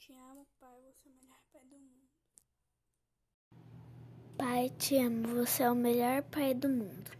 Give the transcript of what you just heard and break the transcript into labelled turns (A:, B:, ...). A: te amo, pai. Você é o melhor pai do mundo.
B: Pai, te amo. Você é o melhor pai do mundo.